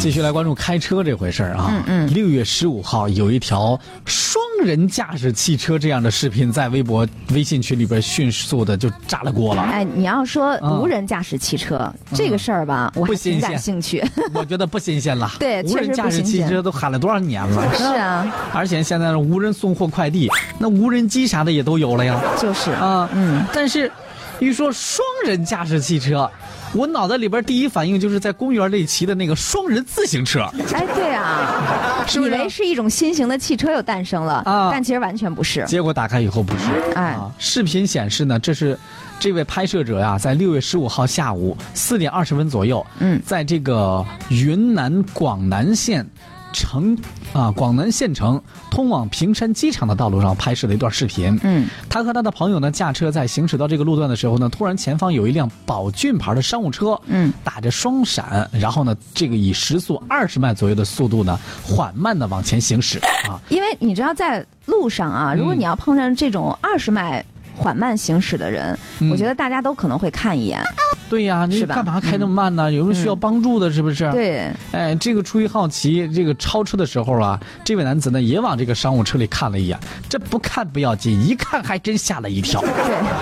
继续来关注开车这回事儿啊。嗯六月十五号有一条双人驾驶汽车这样的视频在微博、微信群里边迅速的就炸了锅 了。哎，你要说嗯无人驾驶汽车、这个事儿吧，我不还新挺感鲜兴 趣。我觉得不新鲜了。对无确实人不驾驶新汽鲜车都喊了多少年了？是啊，而且现在呢无人送货快递，那无人机啥的也都有了呀。就是，啊，嗯，但是一说双人驾驶汽车，我脑袋里边第一反应就是在公园里骑的那个双人自行车，哎，对啊，是不以是为是一种新型的汽车又诞生了，啊但其实完全不是。结果打开以后不是。哎，啊，视频显示呢，这是这位拍摄者呀、在六月十五号下午四点二十分左右，嗯在这个云南广南县城啊广南县城通往平山机场的道路上拍摄的一段视频。嗯，他和他的朋友呢，驾车在行驶到这个路段的时候呢，突然前方有一辆宝骏牌的商务车，嗯，打着双闪，然后呢，这个以时速二十迈左右的速度呢，缓慢的往前行驶啊，因为你知道，在路上嗯啊，如果你要碰上这种二十迈缓慢行驶的人，嗯啊我觉得大家都可能会看一眼。对呀、你是吧嗯干嘛开那么慢呢？有人需要帮助的，是不是？。对，哎，这个出于好奇，这个超车的时候啊，这位男子呢也往这个商务车里看了一眼，这不看不要紧，一看还真吓了一跳对，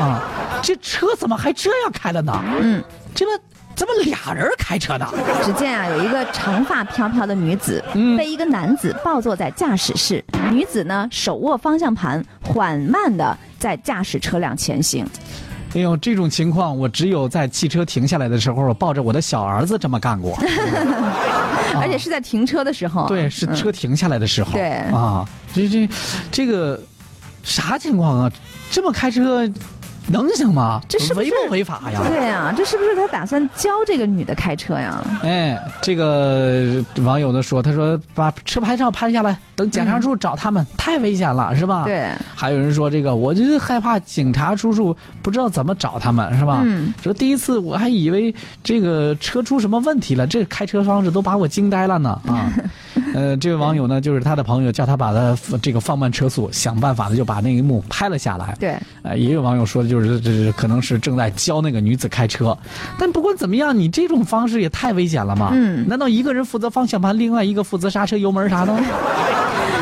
啊！这车怎么还这样开了呢？嗯，这不怎么俩人开车呢？只见啊，有一个长发飘飘的女子、嗯被一个男子抱坐在驾驶室，女子呢手握方向盘，缓慢的在驾驶车辆前行。哎呦，这种情况我只有在汽车停下来的时候，抱着我的小儿子这么干过。而且是在停车的时候。啊对，是车停下来的时候。嗯对啊，这这这个啥情况啊？这么开车能行吗？这是不违是不违法哎呀？对啊，这是不是他打算教这个女的开车呀？ 哎，这个网友呢说，他说把车牌照拍下来，等检查处找他们，太危险了，是吧？。对，还有人说这个，我就是害怕警察叔叔不知道怎么找他们，是吧？嗯。说第一次我还以为这个车出什么问题了，这开车方式都把我惊呆 了呢啊！呃，这位网友呢，就是他的朋友叫他把他这个放慢车速，想办法的就把那一幕拍了下来。对，呃，也有网友说的就是这这可能是正在教那个女子开车，但不管怎么样，你这种方式也太危险了嘛。嗯难道一个人负责方向盘，另外一个负责刹车、油门啥 的？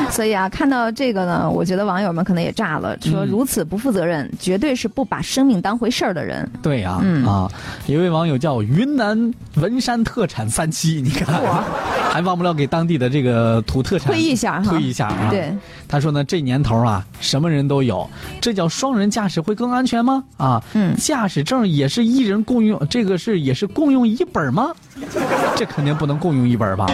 所以啊，看到这个呢，我觉得网友们可能也炸了，说嗯如此不负责任，绝对是不把生命当回事儿的人。对呀、啊，嗯有一位网友叫云南文山特产三七，你看，还忘不了给当地的这个土特产推一下哈推一下啊。对，他说呢，这年头啊，什么人都有，这叫双人驾驶会更安全吗？啊，嗯驾驶证也是一人共用，这个是也是共用一本吗？这肯定不能共用一本吧？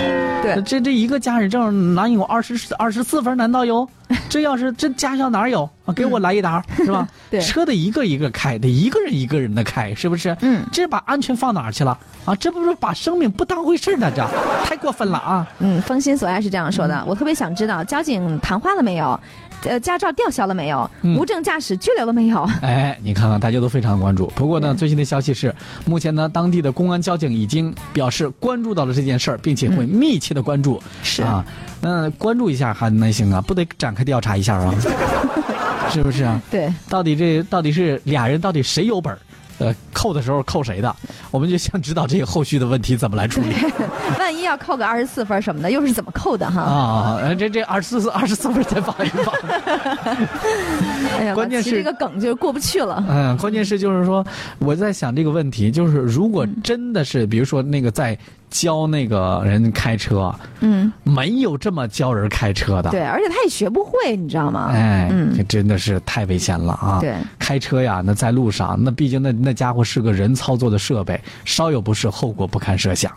对这这一个驾驶证哪有二十二十四分？难道有？这要是这驾校哪有？啊，给我来一沓，是吧？嗯 对车得一个一个开，得一个人一个人的开，是不是？嗯这把安全放哪儿去了？啊，这不是把生命不当回事儿呢？这太过分了啊！嗯，风心所爱是这样嗯说的。我特别想知道，交警谈话了没有？呃，驾照吊销了没有？嗯无证驾驶拘留了没有？ 哎，你看看，大家都非常关注。不过呢，最新的消息是，目前呢，当地的公安交警已经表示关注到了这件事儿，并且会密切的关注。嗯是啊，那关注一下还能行啊？不得展开调查一下啊？是不是啊？对，到底这到底是俩人到底谁有本儿？呃，扣的时候扣谁的？我们就想知道这个后续的问题怎么来处理万一要扣个二十四分什么的，又是怎么扣的哈？啊？呃这这二十四二十四分再放一放。哎呀，关键我其是实这个梗就是过不去了。嗯，关键是就是说，我在想这个问题，就是如果嗯真的是，比如说那个在教那个人开车，嗯，没有这么教人开车的，对，而且他也学不会，你知道吗？哎，嗯这真的是太危险了啊！对，开车呀，那在路上，那毕竟那那家伙是个人操作的设备，稍有不慎，后果不堪设想。